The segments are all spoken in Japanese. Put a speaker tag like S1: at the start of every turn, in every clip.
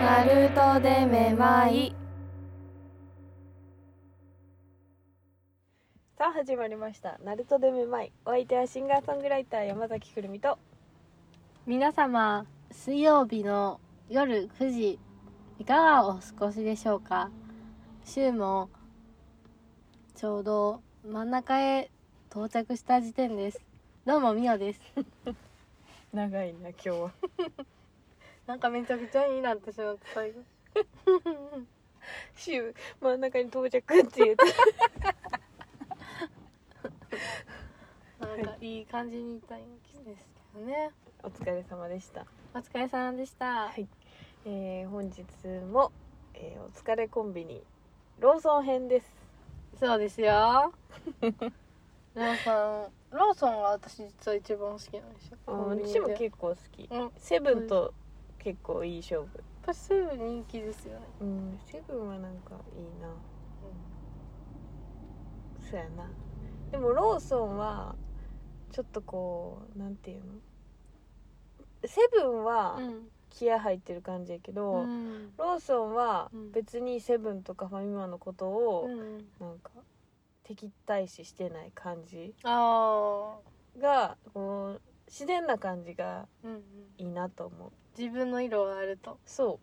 S1: ナルトでめまい。
S2: さあ始まりました「ナルトでめまい」お相手はシンガーソングライター山崎くるみと
S3: 皆様水曜日の夜9時いかがお過ごしでしょうか週もちょうど真ん中へ到着した時点ですどうもみおです
S2: 長いな今日は
S3: なんかめちゃくちゃいいなってしまった最後
S2: 週真ん中に到着って言って
S3: なんかいい感じにいったんですけどね
S2: お疲れ様でした、
S3: お疲れ様でした、
S2: はいえー、本日も、えーお疲れコンビニローソン編です
S3: そうです よローソンローソンが私実は一番好きなんですよ
S2: あ
S3: コンビニ
S2: 私
S3: で
S2: も結構好き
S3: うん
S2: セブンと結構いい勝負
S3: パスセブン人気ですよね
S2: うんセブンはなんかいいなそうやなでもローソンはちょっとこうなんていうのセブンは
S3: うん
S2: 気合入ってる感じやけど、
S3: うん
S2: ローソンは
S3: うん
S2: 別にセブンとかファミマのこと
S3: う
S2: を
S3: ん
S2: なんか敵対視してない感じ
S3: ああ
S2: がこう自然な感じが
S3: うんうん
S2: いいなと思う
S3: 自分の色があると
S2: そ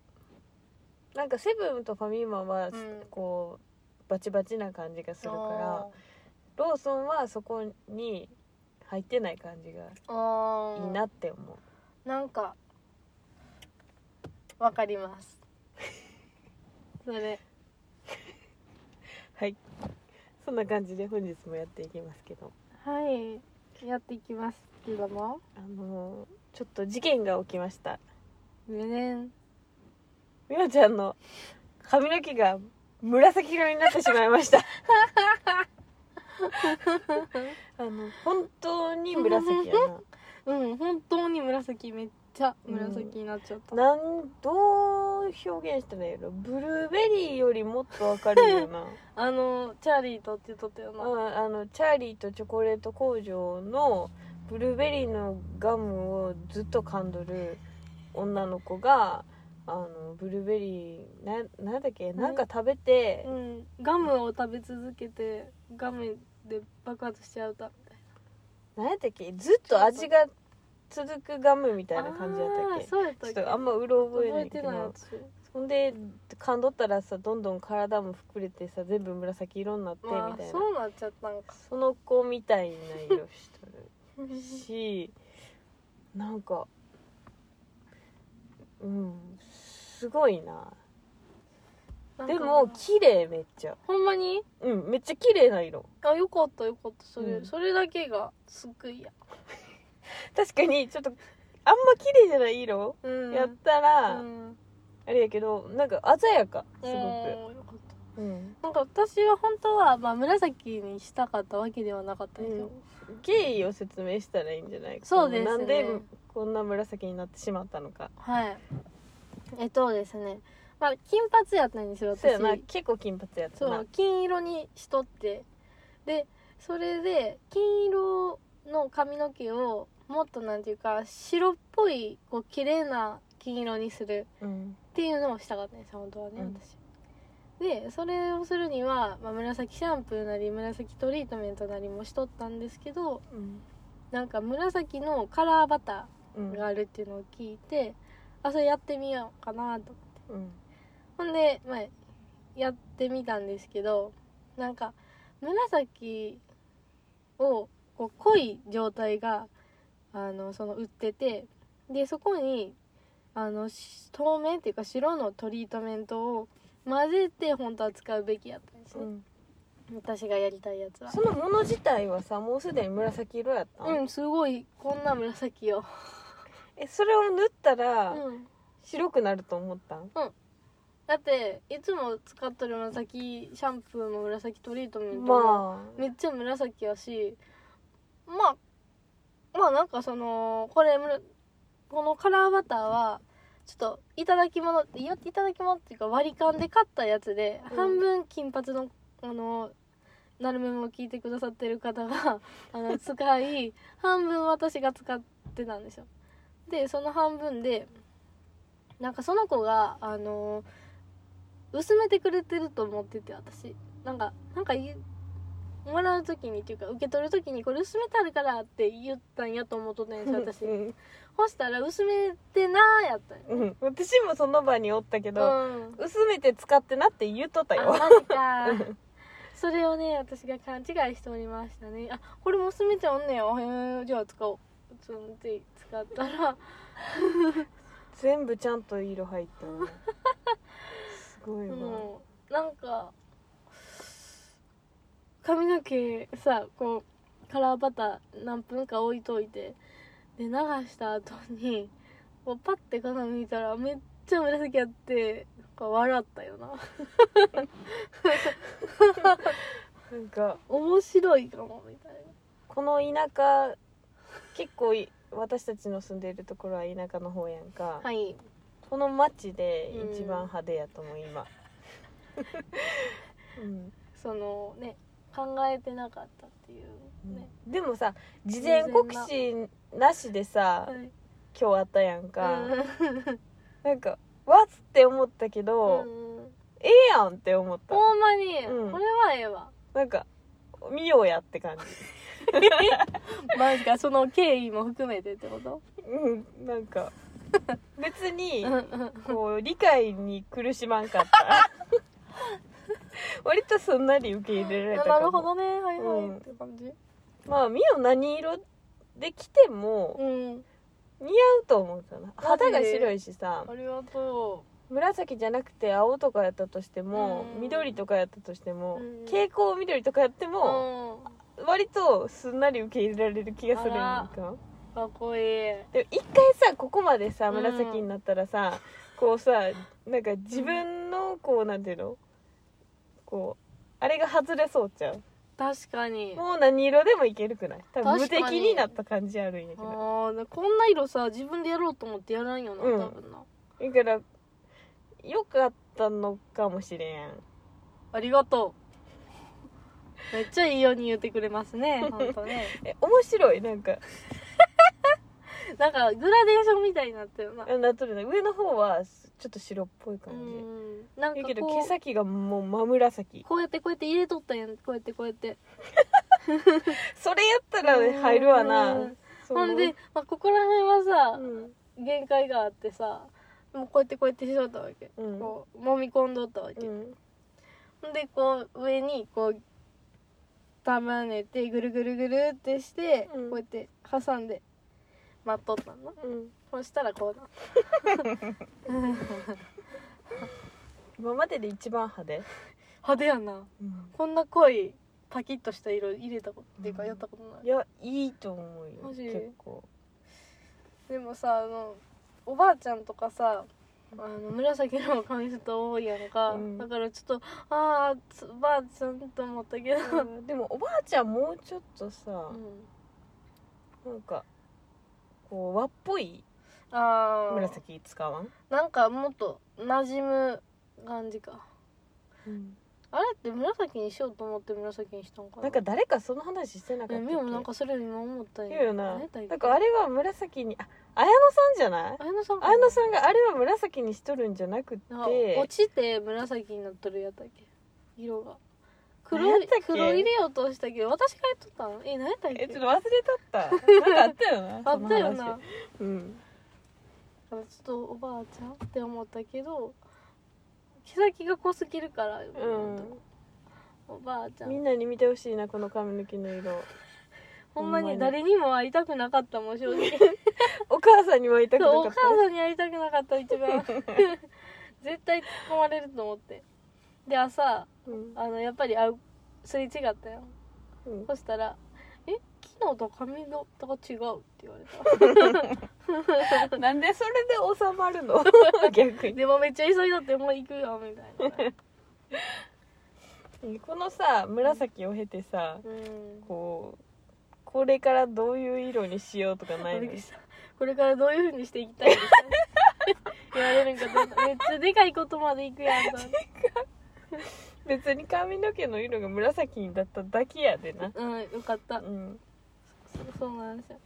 S2: うなんかセブンとファミマは
S3: ん
S2: こうバチバチな感じがす
S3: す
S2: る
S3: る
S2: か
S3: から
S2: ローソンはそこに入ってない感じが
S3: らあ
S2: いいなって思う
S3: なんかわかります それ
S2: はいそんな感じで本日もやっていきますけど
S3: はいやっていきますけども
S2: あのーちょっと事件が起きました
S3: でね
S2: みおちゃんの髪の毛が紫色になってしま いましたあの本当に紫や
S3: うん本当に紫めっちゃ紫になっちゃった、
S2: ななんどう表現したらいいのブルーベリーよりもっと明るい よな
S3: あのチャーリーとって言っとったよな、
S2: うんあのチャーリーとチョコレート工場のブルーベリーのガムをずっと噛んどる女の子があのブルーベリーななんだっけなんか食べて、
S3: うん、ガムを食べ続けてガムで爆発しちゃうたみたい
S2: 何やったっけずっと味が続くガムみたい
S3: な
S2: な感じやったっ
S3: あー
S2: け
S3: そうやった
S2: ちょ
S3: っ
S2: っ
S3: け
S2: とあんまうろ覚え
S3: 覚
S2: な
S3: え
S2: い
S3: て
S2: け
S3: ない
S2: ど
S3: 私
S2: ほんで噛んどったらさどんどん体も膨れてさ全部紫色になってみ
S3: ま
S2: た
S3: あ
S2: いな
S3: そうなっちゃったんか
S2: その子みたいな色しと るしなんかうんすごいなでも綺麗めっちゃ
S3: ほんまに
S2: うんめっちゃ綺麗な色
S3: あよかったよかったそれ、
S2: うん
S3: それだけが救いや
S2: 確かにちょっとあんま綺麗じゃない色
S3: うん
S2: やった
S3: た
S2: ら、
S3: うん
S2: あれやけどなんか鮮やかすご
S3: おーよかった
S2: く、うん、
S3: なんか私は本当は、まあ、紫にしたかったわけではなかったけど、
S2: 経緯を説明したらいいんじゃない
S3: そうですね
S2: なんでこんな紫になってしまったのか
S3: はいえっとですねまあ金髪やったんですよ
S2: そう
S3: 私
S2: やな結構金髪やった
S3: そ
S2: な
S3: う金色にしとってでそれで金色の髪の毛をもっとなんていうか白っぽいこう綺麗な金色にする
S2: うん
S3: っていうのをしたかったんです本当はね、
S2: うん
S3: 私でそれをするには、まあ、紫シャンプーなり紫トリートメントなりもしとったんですけど
S2: うん
S3: なんか紫のカラーバタ
S2: う
S3: ー
S2: ん
S3: があるっていうのを聞いてあそれやってみようかなと
S2: うん
S3: ほんで、まあ、やってみたんですけどなんか紫をこう濃い状態があのその売っててでそこにあのし透明っていうか白のトリートメントを混ぜて本当は使うべきやったんです
S2: う
S3: ね、
S2: ん
S3: 私がやりたいやつは
S2: そのもの自体はさもうすでに紫色やったの
S3: うんすごいこんな紫を、
S2: えそれを塗った
S3: う
S2: ら
S3: ん、
S2: 白くなると思ったん
S3: だっていつも使っとる紫シャンプーも紫トリートメントも、
S2: まあ
S3: めっちゃ紫やしまあまあなんかそのこれむらこのカラーバターはちょっといただき物いやいただき物っていうか割り勘で買ったやつで、
S2: うん
S3: 半分金髪のあのなるめも聞いてくださってる方があの使い半分私が使ってたんですよでその半分でなんかその子があの薄めてくれてると思ってて私なんかなんか言うもらう時にっていうか受け取る時にこれ薄めてあるからって言ったんやと思っと ったんですよ私
S2: うん
S3: 干したら薄めてなーやったんよ
S2: うん私もその場におったけど、
S3: うん
S2: 薄めて使ってなって言っとったよ
S3: あマジ かそれをね私が勘違いしておりましたねあこれも薄めておんねやへえじゃあ使おうつんって使ったら
S2: 全部ちゃんと色入ったねすごいわ、
S3: もうなんか髪の毛さこうカラーバター何分か置いといてで流した後にこうパッて鏡見たらめっちゃ紫やってこう笑ったよな
S2: なんか
S3: 面白いかもみたい
S2: この田舎結構い私たちの住んでいるところは田舎の方やんか、
S3: なはい
S2: この町で一番派手やと思 う今うん
S3: そのね考えてなかったっていうね、
S2: でもさ事前告知なしでさ
S3: はい
S2: 今日あったやんか、
S3: うん
S2: なんかわっつって思ったけど、
S3: うん
S2: ええやんって思った
S3: ほんまに、
S2: うん
S3: これはええわ
S2: なんか見ようやっ て感じ
S3: マジかその経緯も含めてってこと
S2: うんな んか別に
S3: うんうん
S2: こう理解に苦しまんかった割とすんなり受け入れられたかも
S3: なるほどねはいはい、
S2: うん
S3: って感じ
S2: まあミオ何色で着ても
S3: うん
S2: 似合うと思うかな
S3: マジ
S2: 肌が白いしさ
S3: ありがと
S2: 紫じゃなくて青とかやったとしても、
S3: うん
S2: 緑とかやったとしても、
S3: うん
S2: 蛍光緑とかやって
S3: う
S2: も、割とすんなり受け入れられる気がするんやんか
S3: うんかっこいい
S2: でも一回さここまで
S3: う
S2: さ
S3: ん
S2: 紫になったらさ、こうさなんか自分のこうなんていうのこうあれが外れそうちゃう
S3: 確かに
S2: もう何色でもいけるくない多分無
S3: 確かに
S2: 敵になった感じあるんやけ
S3: あ
S2: ど
S3: ーでこんな色さ自分でやろうと思ってやらんよな
S2: うん
S3: 多分な、
S2: だから良かったのかもしれん
S3: ありがとうめっちゃいいように言ってくれますね本当ね
S2: え面白いなんか
S3: なんかグラデーションみたいになってるな
S2: あなっとるな上の方はちょっと白っぽい感
S3: うんなん
S2: じ
S3: か
S2: やけど
S3: こ
S2: 毛
S3: う
S2: 先がもう真紫
S3: こうやってこうやって入れとったんやんこうやってこうやって
S2: それやったら入るわ
S3: う
S2: なんそう
S3: ほんで、まあ、ここら辺はさ、
S2: うん
S3: 限界があってさもうこうやってこうやってしとったわけ、
S2: うん
S3: こう揉み込んどったわけ、
S2: うん
S3: ほんでこう上にこう束ねてぐるぐるぐるってして、
S2: うん
S3: こうやって挟んで待っとったの
S2: うん
S3: そしたらこうだ派
S2: 今までで一番派手、
S3: 手やなこんな濃いパキッとした色入れたことっていうか
S2: うん
S3: やったことない
S2: いやいいと思うよ
S3: マジ
S2: 結構
S3: でもさあのおばあちゃんとかさあの紫の髪質多いやんか、
S2: うん
S3: だからちょっとああおばあちゃんと思ったけど、
S2: うん でもおばあちゃんもうちょっとさ
S3: う、ん
S2: なんかこう和っぽい
S3: ああ
S2: 紫使わん、
S3: なんかもっと馴染む感じかあれって紫にしようと思って紫にしたんかな
S2: なんか誰かその話してなかったっ
S3: え
S2: け
S3: みもなんかそれ今思ったん
S2: 言うよな
S3: 何やったっけ
S2: なんかあれは紫にあ綾野さんじゃない
S3: 綾野さんかな
S2: 綾野さんがあれは紫にしとるんじゃなくて
S3: なんか落ちて紫になっとるやったっけ色が
S2: 何や
S3: 黒
S2: っ
S3: い
S2: たっけ
S3: 黒入れようとしたけど私がやっとったのえ何やったっけ
S2: えちょっと忘れ とったなんかあったよな
S3: あったよ
S2: その
S3: な
S2: 話うん
S3: だからちょっとおばあちゃんって思ったけど毛先が濃すぎるから、
S2: う
S3: おばあちゃ
S2: ん、み
S3: ん
S2: んなに見てほしいなこの髪の毛の色
S3: ほんま
S2: ほんま
S3: に
S2: に
S3: 誰にも会いたくなかったもん正直
S2: お母さんにも会いたくな
S3: そう
S2: か
S3: お
S2: っ
S3: 母さんに会いたくなかった一 番絶対突っ込まれると思ってで朝
S2: た、うん
S3: あのやっぱり会うすれ違ったよ
S2: うん
S3: そしたら「え昨日と髪のとか違う」って言われた
S2: なんでそれで収まるの 逆に
S3: でもめっちゃ急いだってもう行くよみたいな
S2: このさ紫を経てさ
S3: うん
S2: こうこれからどういう色にしようとかない
S3: びっ
S2: の
S3: くりしたこれからどういうふうにしていきたいですか言われるんかと思っためっちゃでかいことまでいくやんと思って
S2: 別に髪の毛の色が紫だっただけやでな
S3: うんよかった
S2: うん
S3: そそうなんですよ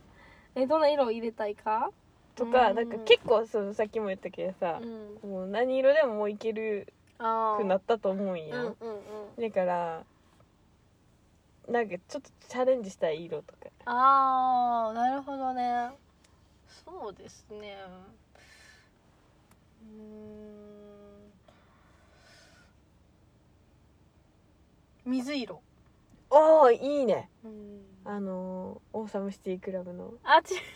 S3: えどんな色を入れたいか
S2: とか、
S3: うん
S2: なんか結構そのさっきも言ったけどさ
S3: う、ん
S2: もう何色でももういける
S3: ああ
S2: くなったと思う
S3: う
S2: んや、
S3: んうんうん
S2: だからなんかちょっとチャレンジしたい色とか
S3: ああなるほどねそうですねうーん水色
S2: おおいいね
S3: うん
S2: あのー、オーサムシティクラブの
S3: あち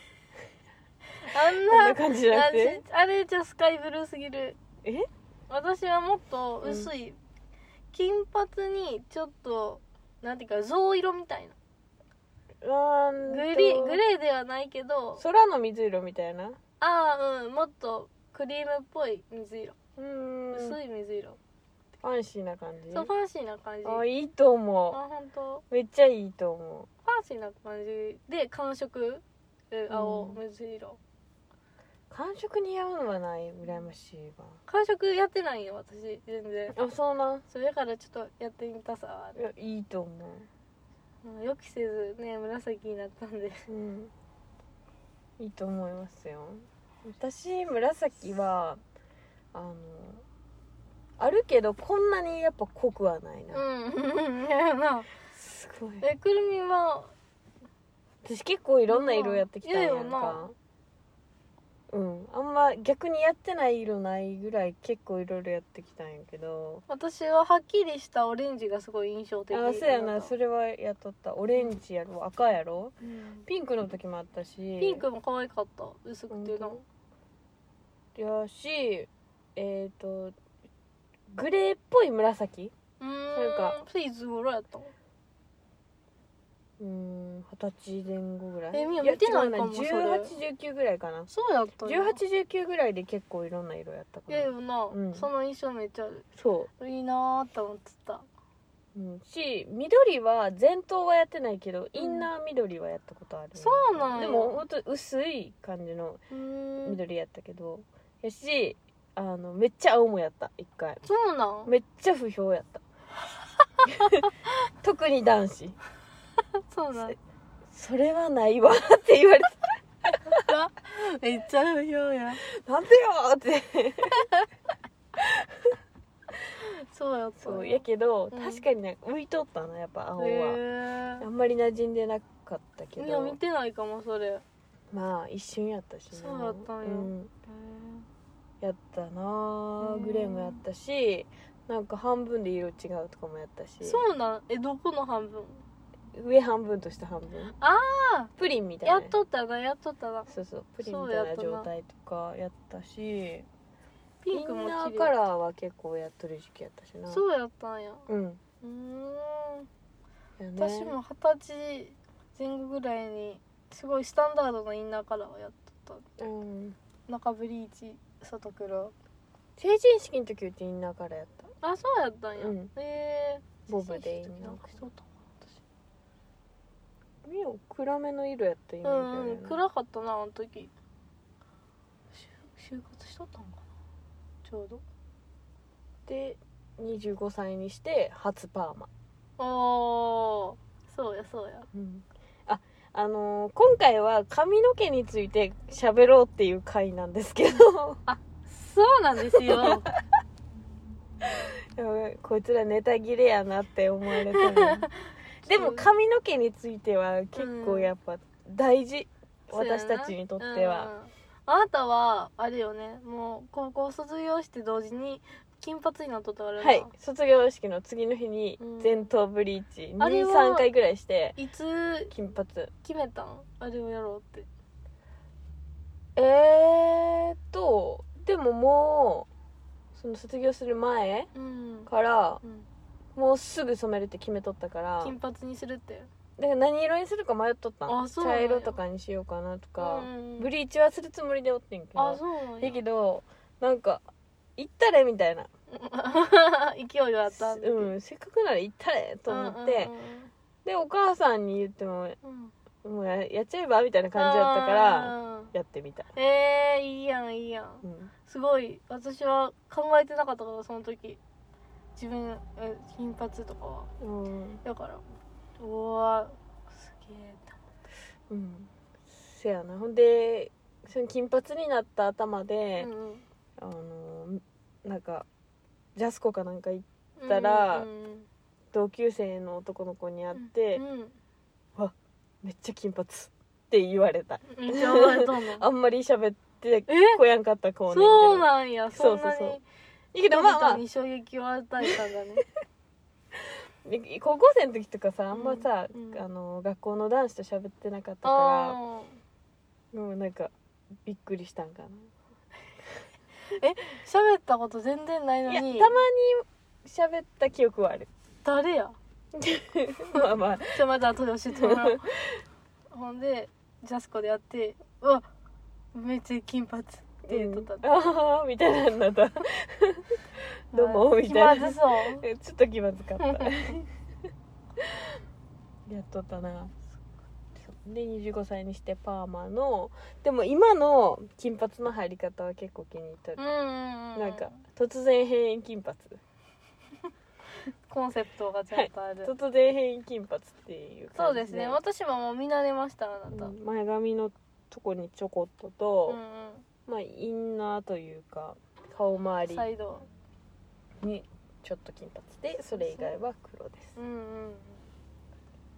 S3: あん
S2: こん
S3: な
S2: な感じじゃなくて
S3: ああれじゃスカイブルーすぎる
S2: え
S3: 私はもっと薄い、金髪にちょっとなんていうか象色みたいな
S2: あーん
S3: グ
S2: と
S3: リーグレーではないけど
S2: 空の水色みたいな
S3: ああうんもっとクリームっぽい水色
S2: うーん
S3: 薄い水色、
S2: ファンシーな感じ
S3: そうファンシーな感じ
S2: あ
S3: あ
S2: いいと思
S3: 本当
S2: うめっちゃいいと思
S3: ファンシーな感じで寒色うん青
S2: う
S3: 水色
S2: う感触似合うのはない羨ましい
S3: 寒色やってないよ私全然
S2: わあそうなん
S3: それだからちょっとやってみたさ
S2: いやいいと思
S3: うん予期せずね紫になったんで
S2: ううんいいと思いますよ私紫はあのあるけどこんなにやっぱ濃くはないな、
S3: うん いやな
S2: すごい
S3: えくるみは
S2: 私結構いろんな色やってきたんや
S3: うんい
S2: ん
S3: いよ
S2: か
S3: な
S2: うんあんま逆にやってない色ないぐらい結構いろいろやってきたんやけど
S3: 私ははっきりしたオレンジがすごい印象的
S2: あそうやなそ
S3: れ、
S2: れはやっとったオレンジやろ赤やろ
S3: うん
S2: ピンクの時もあったし
S3: ピンクも可愛かった薄くてな
S2: 本当やしえっ、とグレーっぽい紫
S3: うー
S2: なん
S3: ん
S2: か
S3: ついつ頃やったの
S2: うーん二十歳前後ぐらい
S3: えみや
S2: や
S3: 見てない
S2: 違う
S3: かもそれ
S2: 1819ぐらいかな
S3: そうやったんや
S2: 1819ぐらいで結構いろんな色やったか
S3: いや
S2: な
S3: よな、
S2: うん
S3: その印象めっちゃある
S2: そ
S3: いいなーって思ってた
S2: う、うん、し緑は前頭はやってないけどインナー緑はやったことある、
S3: そうなんや
S2: でもほんと薄い感じの
S3: うーん
S2: 緑やったけどやしあのめっちゃ青もやった一回
S3: そうなん
S2: めっちゃ不評やった 特に男子
S3: そうなん
S2: それはないわって言われて
S3: めっちゃ不評や
S2: なんでよって
S3: そうやった
S2: そうやけど、
S3: うん
S2: 確かにね浮いとったなやっぱ青は、
S3: へ
S2: あんまり馴染んでなかったけ
S3: えいや見
S2: ど
S3: てないかもそれ
S2: まあ一瞬やったしな
S3: そうやったんや
S2: うんやったなあ
S3: うん
S2: グレーもやったしなんか半分で色違うとかもやったし
S3: そうなんえどこの半分
S2: 上半分と下半分
S3: あ
S2: あプリンみたいな
S3: やっとったなやっとったな
S2: そうそうプリン
S3: そう
S2: みた
S3: や
S2: い
S3: っ
S2: な
S3: たな
S2: 状態とかやったし
S3: ピンクも
S2: インナ
S3: 綺
S2: ーカ
S3: 麗
S2: ラーは結構やっとる時期やったしなう
S3: そうやったんや
S2: うん、
S3: うーん
S2: やね
S3: 私も二十歳前後ぐらいにすごいスタンダードのインナーカラーをやっとっ
S2: うん
S3: た中ブリーチ外黒
S2: 成人式の時うちインナーカラーやった
S3: あそうやったんや、
S2: うん
S3: えー、
S2: ボブでインナ
S3: な
S2: ー
S3: ん
S2: カ
S3: か
S2: ラ
S3: しとった
S2: みお暗めの色やったイメ
S3: う
S2: ージ
S3: ん、うん、
S2: やね
S3: 暗かったなあの時就就活しとったんかなちょうど
S2: で25歳にして初パーマ、
S3: おーそうやそうや
S2: ああのー今回は髪の毛について喋ろうっていう回なんですけど
S3: そうなんですよ
S2: やばいこいつらネタ切れやなって思われ てるでも髪の毛については結構やっぱ大事、私たちにとっては、
S3: うんあなたはあれよねもう高校卒業して同時に金髪になっとったからな
S2: はい卒業式の次の日に
S3: うん
S2: 前頭ブリーチ
S3: あれは
S2: 23回ぐらいして
S3: いつ
S2: 金髪
S3: 決めたんあれをやろうって
S2: えーっとでももうその卒業する前
S3: うん、
S2: から
S3: うん
S2: もうすぐ染めるって決めとったから
S3: 金髪にするって
S2: だから何色にするか迷っとったん
S3: あそうなん
S2: 茶
S3: や
S2: 色とかにしようかなとか、
S3: うん
S2: ブリーチはするつもりでおってんけ
S3: あ
S2: ど
S3: そうなんや
S2: だけどなんか行ったれみたいな
S3: 勢いがあったんで
S2: うん、せっかくなら行ったれと思っ
S3: う
S2: て、
S3: ん
S2: でお母さんに言っても
S3: うんうんうん
S2: もうややっちゃえばみたいな感じだったから
S3: あ
S2: やってみた、
S3: ーえー、いいやんいいやん
S2: うん、
S3: すごい私は考えてなかったからその時自分え金髪とかは
S2: うん、
S3: だからうわすげえと
S2: うん、せやなほんでその金髪になった頭で、
S3: 思っ
S2: あのなんかジャスコかなんか行っ
S3: うんう
S2: て
S3: ん
S2: だから
S3: うんうん
S2: 同級生の男の子に会って、
S3: うんうん
S2: めっちゃ金髪って言われた
S3: めっちゃ思われた もん
S2: あんまり喋って
S3: え
S2: こやんかった子ねんけど
S3: そうなんやそん
S2: そうそうそ
S3: な
S2: う
S3: に
S2: いいけどまあま
S3: 人々
S2: あ
S3: に衝撃を与えたんだ ね
S2: 高校生の時とかさあんまさ、
S3: うんうん
S2: あの学校の男子と喋ってなかったか
S3: あ
S2: らもうなんかびっくりしたんかな
S3: あ喋ったこと全然ないの
S2: いやたま
S3: に
S2: に喋った記憶はある
S3: 誰や
S2: まあまあ
S3: じゃあ また後で教えてもらおうほんでジャスコでやってうわめっちゃ金髪って言っとった
S2: うん、ああみたいなんだったどうもみたいな
S3: 気まずそう
S2: えちょっと気まずかっ たやっとったなで25歳にしてパーマのでも今の金髪の入り方は結構気に入ってる
S3: う、んうん
S2: なんか突然変異金髪
S3: コンセプトがちゃんとある、
S2: 突然変異金髪っていう
S3: そう
S2: 感じ
S3: ですね私ももう見慣れましたあなた、うん
S2: うん前髪のとこにちょこっとと、まあインナーというか顔周
S3: うん、
S2: り
S3: サイド
S2: にちょっと金髪でそれ以外は黒です
S3: うん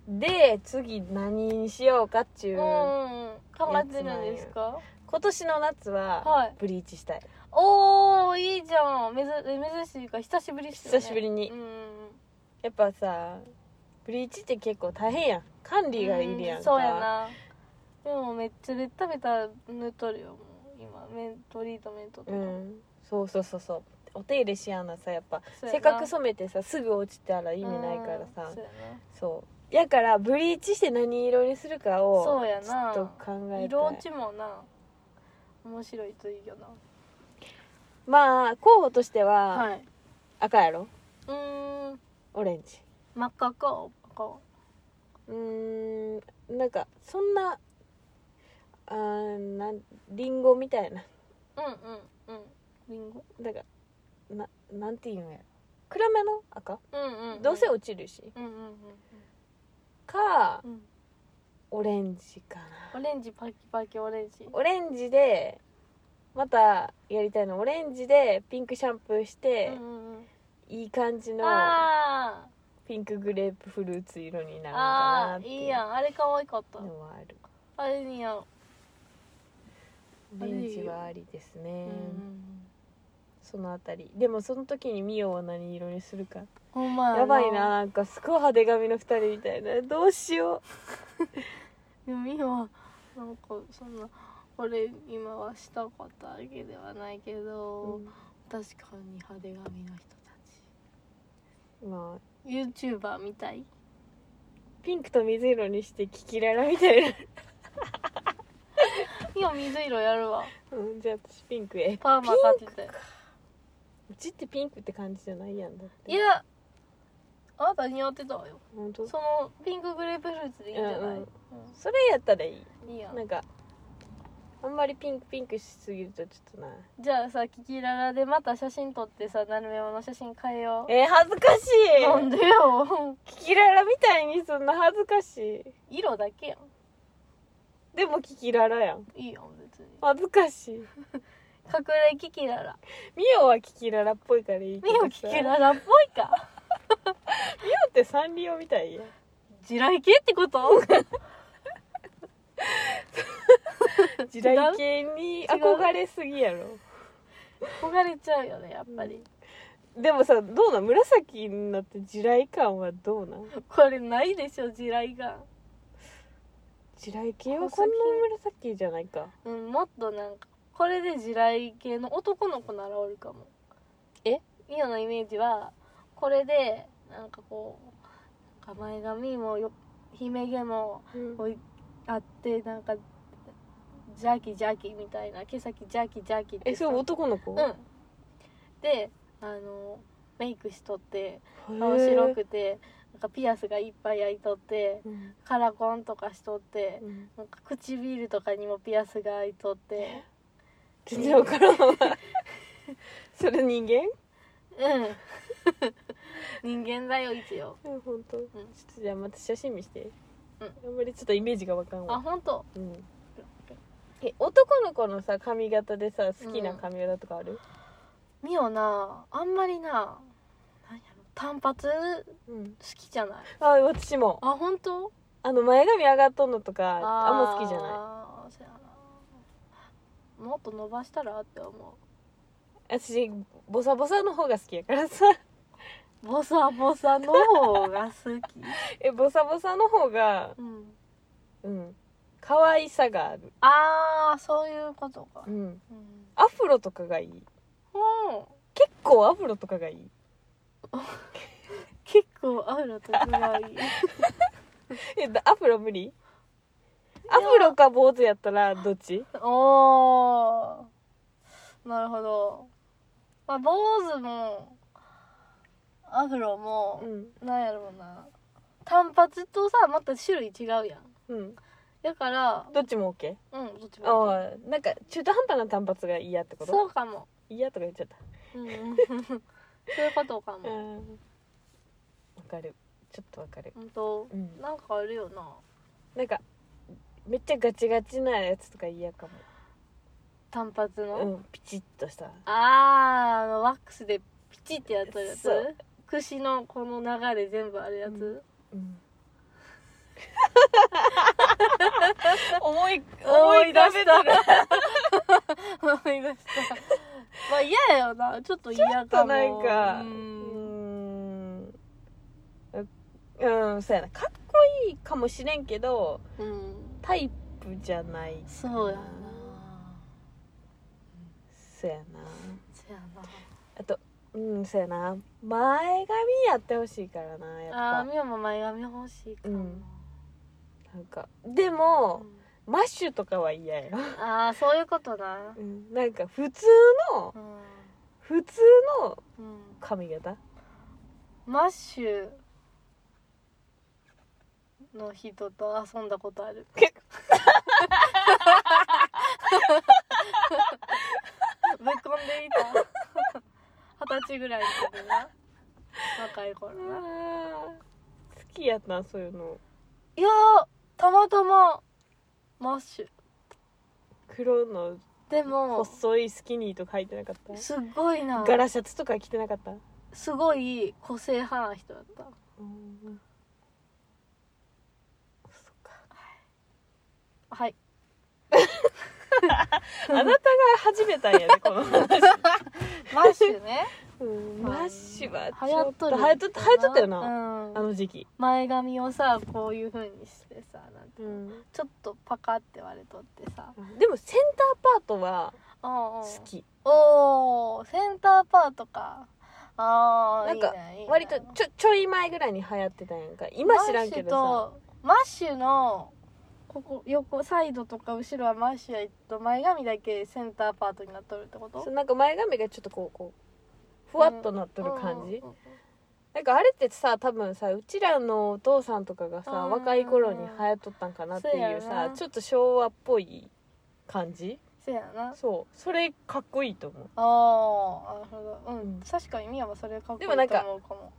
S3: うん
S2: で次何にしようかっちゅ
S3: う
S2: うん
S3: うん考えてるんですか
S2: 今年の夏は
S3: はい
S2: ブリーチしたい、
S3: おおいいじゃんめず珍しいか久しぶりっすよね
S2: 久しぶりに
S3: うん
S2: やっぱさブリーチって結構大変やん管理がいるやんか、
S3: うそうやなでもめっちゃベタベタ塗っとるよもう今メントリートメントと
S2: う
S3: か、
S2: んそうそうそうそうお手入れしやんなさやっぱ
S3: そうやな
S2: せっかく染めてさすぐ落ちたら意味ないからさ
S3: うん、そうやな
S2: そうやからブリーチして何色にするかを
S3: そうや
S2: ちょ
S3: な
S2: っと考え
S3: 色落
S2: て
S3: ちもな面白いといいよな
S2: まあ候補としては
S3: はい
S2: 赤やろ
S3: うーん
S2: オレンジ
S3: 真っ赤か赤
S2: うーんなんかそんなあーなんリンゴみたいな
S3: うんうんうんリンゴ
S2: なんかななんていうんやろ暗めの赤、
S3: うんうん
S2: どうせ落ちるし
S3: うんうんうん
S2: か
S3: うん
S2: オレンジか
S3: オ
S2: な
S3: レンジパキパキオレンジ
S2: オレンジでまたやりたいのオレンジでピンクシャンプーして
S3: う、んうんうん
S2: いい感じの
S3: あ
S2: ピンクグレープフルーツ色にな
S3: ー
S2: るのかな
S3: あ
S2: っ
S3: ー
S2: て
S3: い
S2: い
S3: いうやんあれ可愛かった
S2: のはある
S3: あれ似合う
S2: オレンジはありですね、
S3: うん
S2: そのあたりでもその時にミオは何色にするか
S3: ほんまな
S2: やばいななんかすごい派手髪の2人みたいなどうしよ
S3: でもみほはなんかそんな俺今はしたことあるけではないけ
S2: う、
S3: ど、確かに派手髪の人たち
S2: ま
S3: YouTuber
S2: あ
S3: みたい
S2: ピンクと水色にしてキキララみたいな、
S3: みほ水色やるわ
S2: うん、じゃあ私ピンクへ
S3: パーマかけて
S2: うちってピンクって感じじゃないやんだって
S3: いやあなた似合ってたわよ
S2: 本当
S3: そのピンクグレープフルーツでいいんじゃない、
S2: うんそれやったらいい
S3: うんいいやん
S2: なんかあんまりピンクピンクしすぎるとちょっとな
S3: じゃあさキキララでまた写真撮ってさなるめもの写真変えよう
S2: えー、恥ずかしい
S3: なんで よ
S2: キキララみたいにそんな恥ずかしい
S3: 色だけや
S2: でもキキララやん
S3: んいいやん別に
S2: 恥ずかしい
S3: 隠れキキ ララ
S2: ミオはキキララっぽいからいいけ
S3: み
S2: どさ
S3: ほキキララっぽいか
S2: ミオってサンリオみたいやん
S3: 地雷系ってこと
S2: 時代系に憧れすぎやろ
S3: 憧れちゃうよねやっぱり、
S2: でもさどうなん紫になって地雷感はどうなん
S3: これないでしょ地雷が
S2: 地雷系はこんな紫じゃないか
S3: うんもっとなんかこれで地雷系の男の子ならおるかも
S2: え
S3: ミオのイメージはこれでなんかこうなんか前髪もよ姫毛もこうあってなんかジャーキジャーキみたいな毛先ジャーキジャーキって
S2: えそれ男の子、
S3: うんであのメイクしとって
S2: へー
S3: 顔白くてなんかピアスがいっぱい開いとって
S2: うん
S3: カラコンとかしとって
S2: うん
S3: なんか唇とかにもピアスが開いとって
S2: 全然わからんわそれ人間
S3: うん 人間だよ一応
S2: うん本当。ち
S3: う
S2: ょ
S3: ん
S2: っとじゃあまた写真見して。
S3: うん
S2: あんまりちょっとイメージがわかん
S3: あ
S2: わ。
S3: 本当
S2: うん。え男の子のさ髪型でさ好きな髪型とかある？
S3: ミオなあんまりな何やろ単発好
S2: うん。
S3: きじゃない
S2: あ私も。
S3: あ本当
S2: あの前髪上がっとんのとかあんま好きじゃない
S3: あーそやなもっと伸ばしたらって思
S2: 私ボサボサの方が好きやからさ
S3: うボサボサの方が好き
S2: えボサボサの方が
S3: うん
S2: うん可愛さがある
S3: ああそういうことか
S2: うん
S3: うん
S2: アフロとかがいい
S3: うん
S2: 結構アフロとかがいい
S3: 結構アフロとがいい
S2: えだアフロ無理アフロか坊主やったらどっち
S3: おーなるほどまあ坊主もアフロも
S2: う、ん
S3: なんやろうな単発とさまた種類違うやん
S2: うん
S3: だから
S2: どっちも OK
S3: うんどっちもいい
S2: ああなんか中途半端な単発が嫌ってこと
S3: そうかも、
S2: 嫌とか言っちゃった
S3: うん、そういうことか
S2: う
S3: も
S2: んわかるちょっとわかる
S3: 本当
S2: うん
S3: なんかあるよな
S2: なんかめっちゃガチガチなやつとか嫌かも
S3: 単発の、
S2: うん、ピチッとした
S3: あーあのワックスでピチってやったやつ
S2: そう
S3: 櫛のこの流れ全部あるやつ、
S2: うんうん、 思い
S3: 思
S2: 思
S3: い出
S2: い出
S3: し
S2: したた
S3: 思い出した。まあ嫌やよな。ちょっと嫌かも。
S2: となんか
S3: う
S2: うんんうんそうやなかっこいいかもしれんけど
S3: うん。
S2: タイプじゃない
S3: そうやな。
S2: そうやな
S3: そうや
S2: あとうんそうやな前髪やってほしいからな
S3: な。ああ
S2: や
S3: ー、
S2: っ
S3: みおも前髪欲しいかも。
S2: うんぱなんかでもマッシュとかは嫌や、
S3: ああ、そういうことな。
S2: うん、なんか普通の
S3: うん。
S2: 普通の
S3: うん。
S2: 髪型
S3: マッシュの人と遊んだこと ある。ぶっこんでいた。二十歳ぐらいの時な。若い頃な。
S2: 好きやったなそういうの
S3: いやーたまたまマッシュ
S2: 黒の
S3: でも
S2: 細いスキニーとか履いてなかった
S3: すっごいな
S2: ガラシャツとか着てなかった
S3: すごい個性派な人だった
S2: そっか
S3: はい
S2: あなたが始めた んやねこの話、
S3: マッシュ ね
S2: うん、マッシュは
S3: 流
S2: ち
S3: 行
S2: ょ
S3: っ
S2: っ
S3: と
S2: と
S3: る
S2: 流行っとった流行っとったよな、
S3: うん
S2: あの時期、
S3: 前髪をさこういう風にしてさなんて
S2: うん、
S3: ちょっとパカって割れとってさ
S2: でもセンターパートは
S3: 好
S2: 好き
S3: おーセンターパートかあー
S2: なんか
S3: いいないいな
S2: 割とちょちょい前ぐらいに流行ってたんやんか今知らんけどさ
S3: マッシュとマッシュのここ横サイドとか後ろはマッシュやと前髪だけセンターパートになっとるってこと
S2: そうなんか前髪がちょっとこうこうふわっとなっとる感じ、
S3: うんうんうん
S2: なんかあれってさ多分さうちらのお父さんとかがさ
S3: うん
S2: 若い頃に流行っとったんかなっていう
S3: そうや
S2: さ
S3: な
S2: ちょっと昭和っぽい感じ
S3: せやな
S2: そうそれかっこいいと思う
S3: ああなるほどうん、
S2: うん
S3: 確かにミヤはそれかっこいい
S2: で
S3: と
S2: もなんか
S3: 思うかも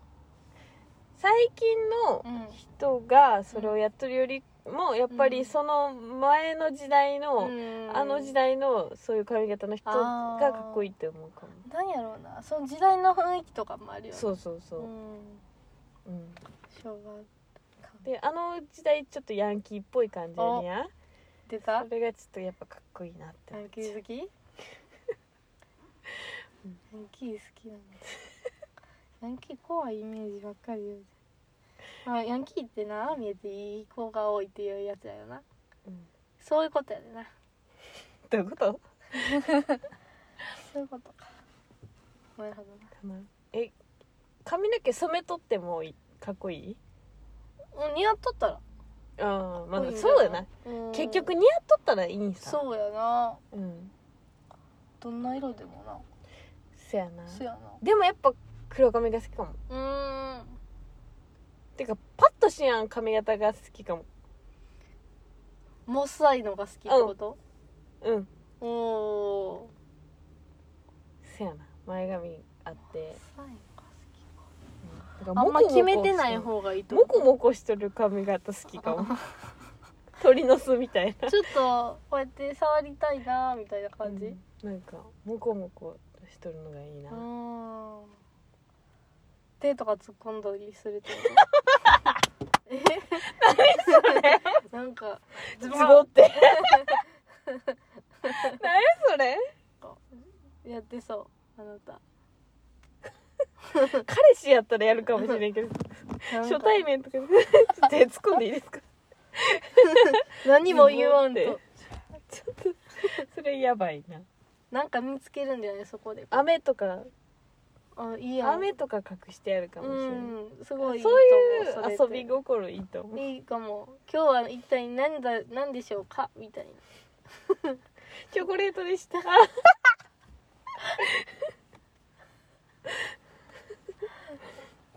S2: 最近の
S3: うん
S2: 人がそれをやっとるよりもやっぱりその前の時代の、
S3: うん
S2: あの時代のそういう髪型の人がかっこいいって思うかも
S3: なんやろうなその時代の雰囲気とかもあるよね
S2: そうそうそうう、
S3: ん
S2: うん、
S3: 昭和感
S2: であの時代ちょっとヤンキーっぽい感じやねや
S3: 出た
S2: それがちょっとやっぱかっこいいなって
S3: ヤ
S2: 思っ
S3: ン
S2: ち
S3: キ
S2: ゃ
S3: ー
S2: う
S3: 好きヤンキー好きなんだヤンキー怖いイメージばっかりよまあヤンキーってなああ見えていい子が多いっていうやつだよな、
S2: うん
S3: そういうことやでな
S2: どういうこと
S3: そういうことかなるほど
S2: え髪の毛染めとってもいいかっこいい
S3: なうん似合っとったら
S2: ああま
S3: 多い
S2: あ
S3: ん
S2: そうだな、
S3: うん
S2: 結局似合っとったらいいんさ
S3: そうやな
S2: ううん
S3: どんな色でもな
S2: せやな
S3: そうや
S2: でもやっぱ黒髪が好きかも
S3: なうん
S2: てかパッとしやん髪型が好きかも
S3: モスアイのが好きってこと、
S2: うん
S3: おお
S2: せやな前髪あって、
S3: ーモスアイのが好きか
S2: うんなんか
S3: あん
S2: モコ
S3: ま
S2: モコ
S3: 決めてない方がいいと思
S2: モコモコしてる髪型好きか も鳥の巣みたいな
S3: うちょっとこうやって触りたいなみたいな感じ、
S2: うんなんかモコモコしてるのがいいな、
S3: うん手とか突っ込んだりすると えなんか
S2: ズ
S3: ズ
S2: ボ
S3: ボン
S2: って 何それ
S3: やってそうあなた
S2: 彼氏やったらやるかもしれんけど
S3: なんか
S2: 初対面 とかで手突っ込んでいいですか
S3: 何も言わん
S2: ズボンっ
S3: と
S2: てちょっとそれやばいな
S3: なんか見つけるんじゃないそこで
S2: 雨とか
S3: あいいやん
S2: 雨とか隠してやるかもしれない、
S3: うんすごいいいと
S2: そう
S3: 思
S2: いう
S3: そ
S2: 遊
S3: れ
S2: び
S3: っ
S2: 心いいと思う
S3: ていいかも今日は一体何だ何でしょうかみたいな
S2: チョコレートでした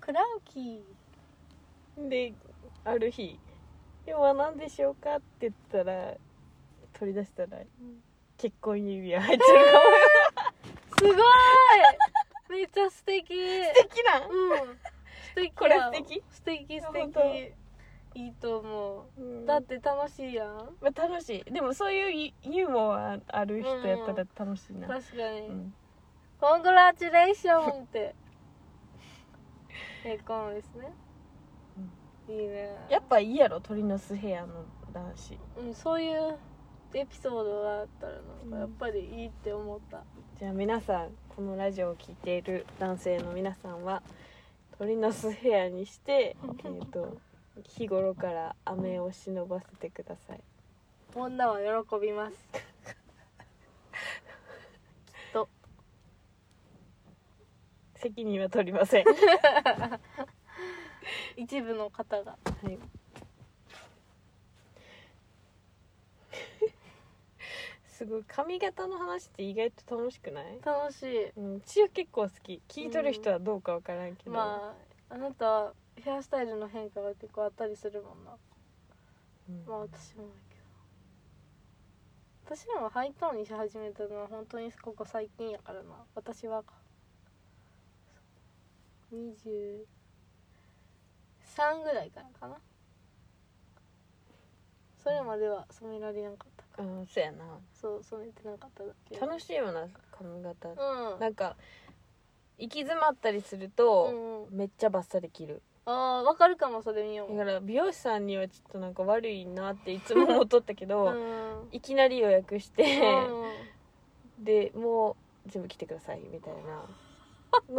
S3: クラウキー
S2: である日「今日は何でしょうか?」って言ったら取り出したら
S3: ん
S2: 結婚指輪入ってるかも
S3: すご いめっちゃ素敵
S2: 素敵 な
S3: うん素敵
S2: これ
S3: や
S2: 素敵
S3: 素敵素
S2: 本
S3: 敵
S2: 当
S3: いいと思
S2: ん、
S3: う
S2: だ
S3: だ
S2: っ、
S3: ってて楽しいやん
S2: まあ、楽しいでもそういうユユーモアある人やったら楽しいな、
S3: 確かに、
S2: うん
S3: コングラチュレーションって 結婚ですね、いいね
S2: やっぱいいやろ鳥の巣部屋の男子
S3: うん、そういうエピソードがあったらなん
S2: う
S3: か
S2: ん
S3: やっぱりいいって思った、
S2: じゃあ皆さんこのラジオを聴いている男性の皆さんは鳥の巣部屋にして、えー、と日頃から雨を忍ばせてください
S3: 女は喜びますきっと
S2: 責任は取りません、
S3: 一部の方が
S2: はい、 すごい髪型の話って意外と楽しくない、
S3: 楽しい
S2: うん、ちは結構好き聞いとる人はどうかわからんけど、
S3: まああなたヘアスタイルの変化が結構あったりするもんな
S2: うん
S3: まあ私もだけど私もハイトーンにし始めたのは本当にここ最近やからな私はか23ぐらいからかなそれまでは染められなかったか
S2: うん、そうやな
S3: そう染めてなかっただけ
S2: 楽
S3: い
S2: しいよな髪型
S3: うん
S2: なんか行き詰まったりすると、
S3: うんうん、
S2: めっちゃバッサリ切る
S3: あーわかるかもそれ見よう
S2: だから美容師さんにはちょっとなんか悪いなっていつも思っとったけど、
S3: うん
S2: いきなり予約して、
S3: うん
S2: でもう全部来てくださいみたいな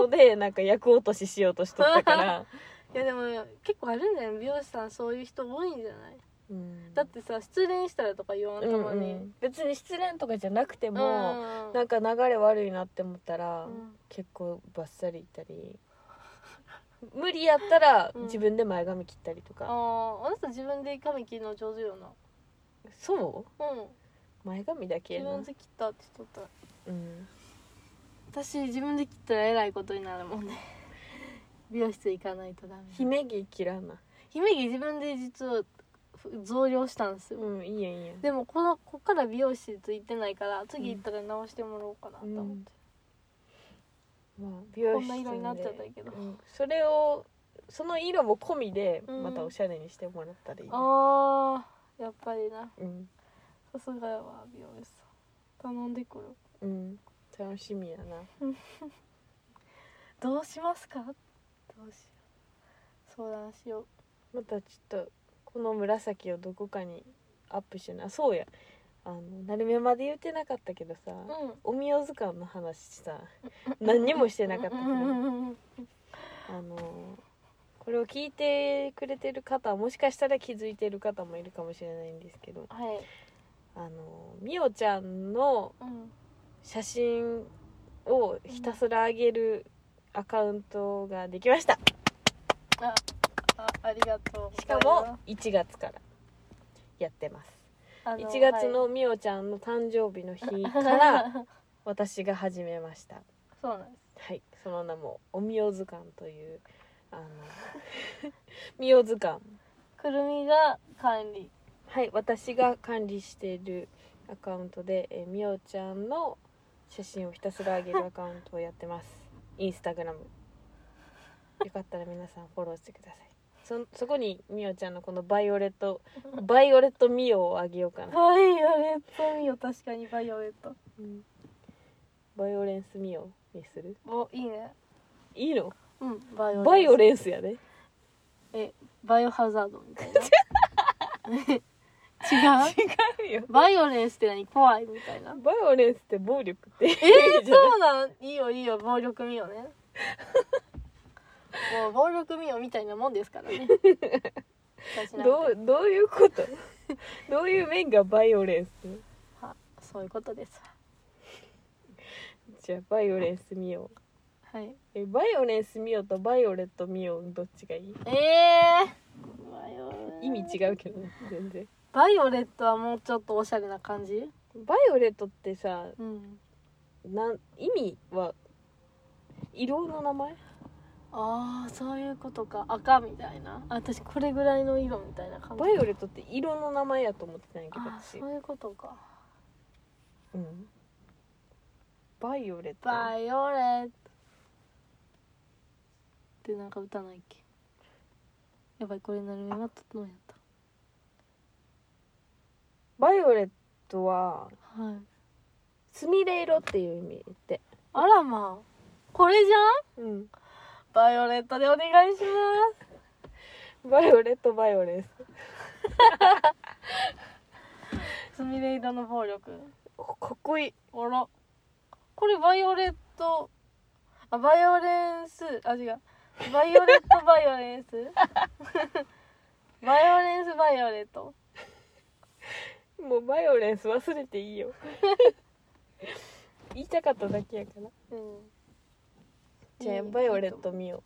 S2: の でなんか役落とししようとしとったから、
S3: いやでも結構あるんだよね美容師さんそういう人多いんじゃない
S2: うん
S3: だってさ失恋したらとか言わんたまに、
S2: うんうん別に失恋とかじゃなくても、
S3: も
S2: なんか流れ悪いなって思ったら、
S3: うん
S2: 結構バッサリいったり無理やったら
S3: うん
S2: 自分で前髪切ったりと
S3: あ
S2: か、
S3: ーあなた自分で髪切るの上手よな
S2: そう
S3: うん
S2: 前髪だけや
S3: 自
S2: な
S3: 分で切ったって言っとっ
S2: うん
S3: た私自分で切ったらえらいことになるもんね 美容室行かないとダメ
S2: ひねぎ切らな
S3: 姫木自分で実はふ増量したんですよ、
S2: うんいいやんいいやん
S3: でもこのこっから美容室行ってないから次行ったら直してもらおうかなと思って、
S2: まあ、美
S3: こ
S2: 容室
S3: んな色になっちゃったけど
S2: うんそれをその色も込みで
S3: うん
S2: またおしゃれにしてもらったらいいね、
S3: あーやっぱりな
S2: うん
S3: さすがやわ美容師さん頼んでくる
S2: うん、楽しみやな
S3: どうしますかどうしよう相談しよう
S2: またちょっとこの紫をどこかにアップしなそうやあのなるめまで言ってなかったけど
S3: う
S2: さ、
S3: ん
S2: おみお図鑑の話さ何にもしてなかったけど、
S3: うんうんうん
S2: あのこれを聞いてくれてる方はもしかしたら気づいてる方もいるかもしれないんですけど
S3: はい、
S2: あのみおちゃんの
S3: うん、
S2: 写真をひたすら上げるアカウントができました
S3: ああありがとう
S2: しかも1月からやってます
S3: あ
S2: 1月のみおちゃんの誕生日の日から
S3: はい
S2: 私が始めました
S3: そうなんです
S2: はいその名も「おみお図鑑」という あのみお図鑑
S3: くるみが管理
S2: はい私が管理しているアカウントで、えーみおちゃんの写真をひたすら上げるアカウントをやってますインスタグラムよかったら皆さんフォローしてくださいそそこにみおちゃんのこのバイオレットバイオレットミオをあげようかな、
S3: バイオレット見よ確かにバイオレット
S2: うんバイオレンスミオにする
S3: おいいね
S2: いいの
S3: うんバイオレンス
S2: バイオレンスやで
S3: えバイオハザードみた いな違う
S2: 違うよ
S3: バイオレンスって何怖いみたいな
S2: バイオレンスって暴力ってえ
S3: えそうなんいいよいいよ暴力見よ ねもう暴力見よみたいなもんですからね私なんて
S2: どうどういうことどういう面がバイオレンス
S3: はそういうことです
S2: じゃあバイオレンスミオ
S3: はい
S2: えバイオレンスミオとバイオレットミオどっちがいい
S3: えー、バイオレ
S2: 意味違うけどね全然
S3: バイオレットはもうちょっとおしゃれな感じ
S2: バイオレットってさ
S3: うん
S2: なん意味は色の名前
S3: ああそういうことか赤みたいなあ私これぐらいの色みたいな感じ
S2: バイオレットって色の名前やと思ってたんやけど
S3: あー
S2: 私
S3: そういうことか
S2: うんバイオレット
S3: バイオレットってなんか歌ないっけやばいこれなるみまったのやっ
S2: バイオレットは
S3: たはい
S2: すみれ色っていう意味って
S3: あらまあこれじゃ
S2: うん
S3: んバイオレットでお願いします
S2: バイオレットバイオレンス
S3: すみれ色の暴力
S2: かっこいい
S3: あらこれバイオレットあバイオレンスあ違うバイオレットバイオレン スバイオレンスバイオレット
S2: もうバイオレンス忘れていいよ 言いたかっただけやから
S3: うん
S2: じゃあ
S3: いい
S2: バイオレット見よ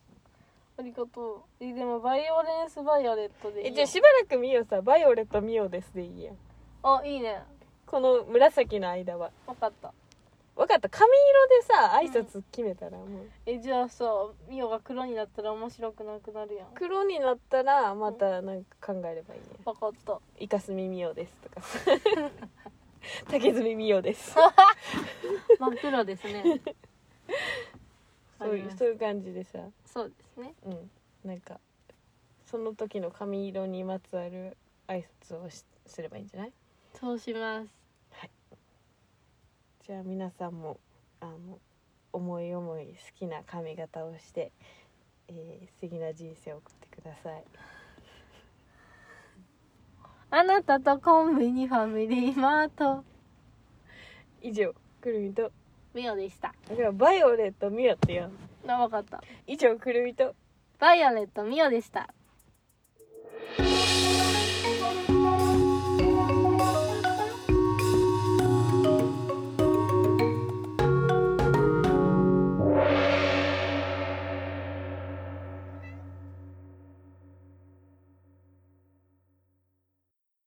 S3: ありがとうえでもバイオレンスバイオレット
S2: う
S3: でいい
S2: え
S3: よ
S2: じゃあしばらく見ようさバイオレット見ようですでいいやん
S3: あいいね
S2: この紫の間は
S3: 分かった
S2: 分かった髪色でさ挨拶決めたらもう、
S3: えじゃあさミオが黒になったら面白くなくなるやん
S2: 黒になったらまたなんか考えればいいね
S3: 分かった
S2: イカスミミオですとか 竹炭ミオです
S3: 真っ黒ですね
S2: そういうそういう感じでさ
S3: そうですね
S2: うんなんかその時の髪色にまつわる挨拶をしすればいいんじゃない
S3: そうします
S2: じゃあ皆さんもあの思い思い好きな髪型をして、えー素敵な人生を送ってください
S3: あなたとコンビニファミリーマート
S2: 以上くるみと
S3: ミオでした
S2: だからバイオレットミオってよ
S3: あ分かった
S2: 以上くるみと
S3: バイオレットミオでした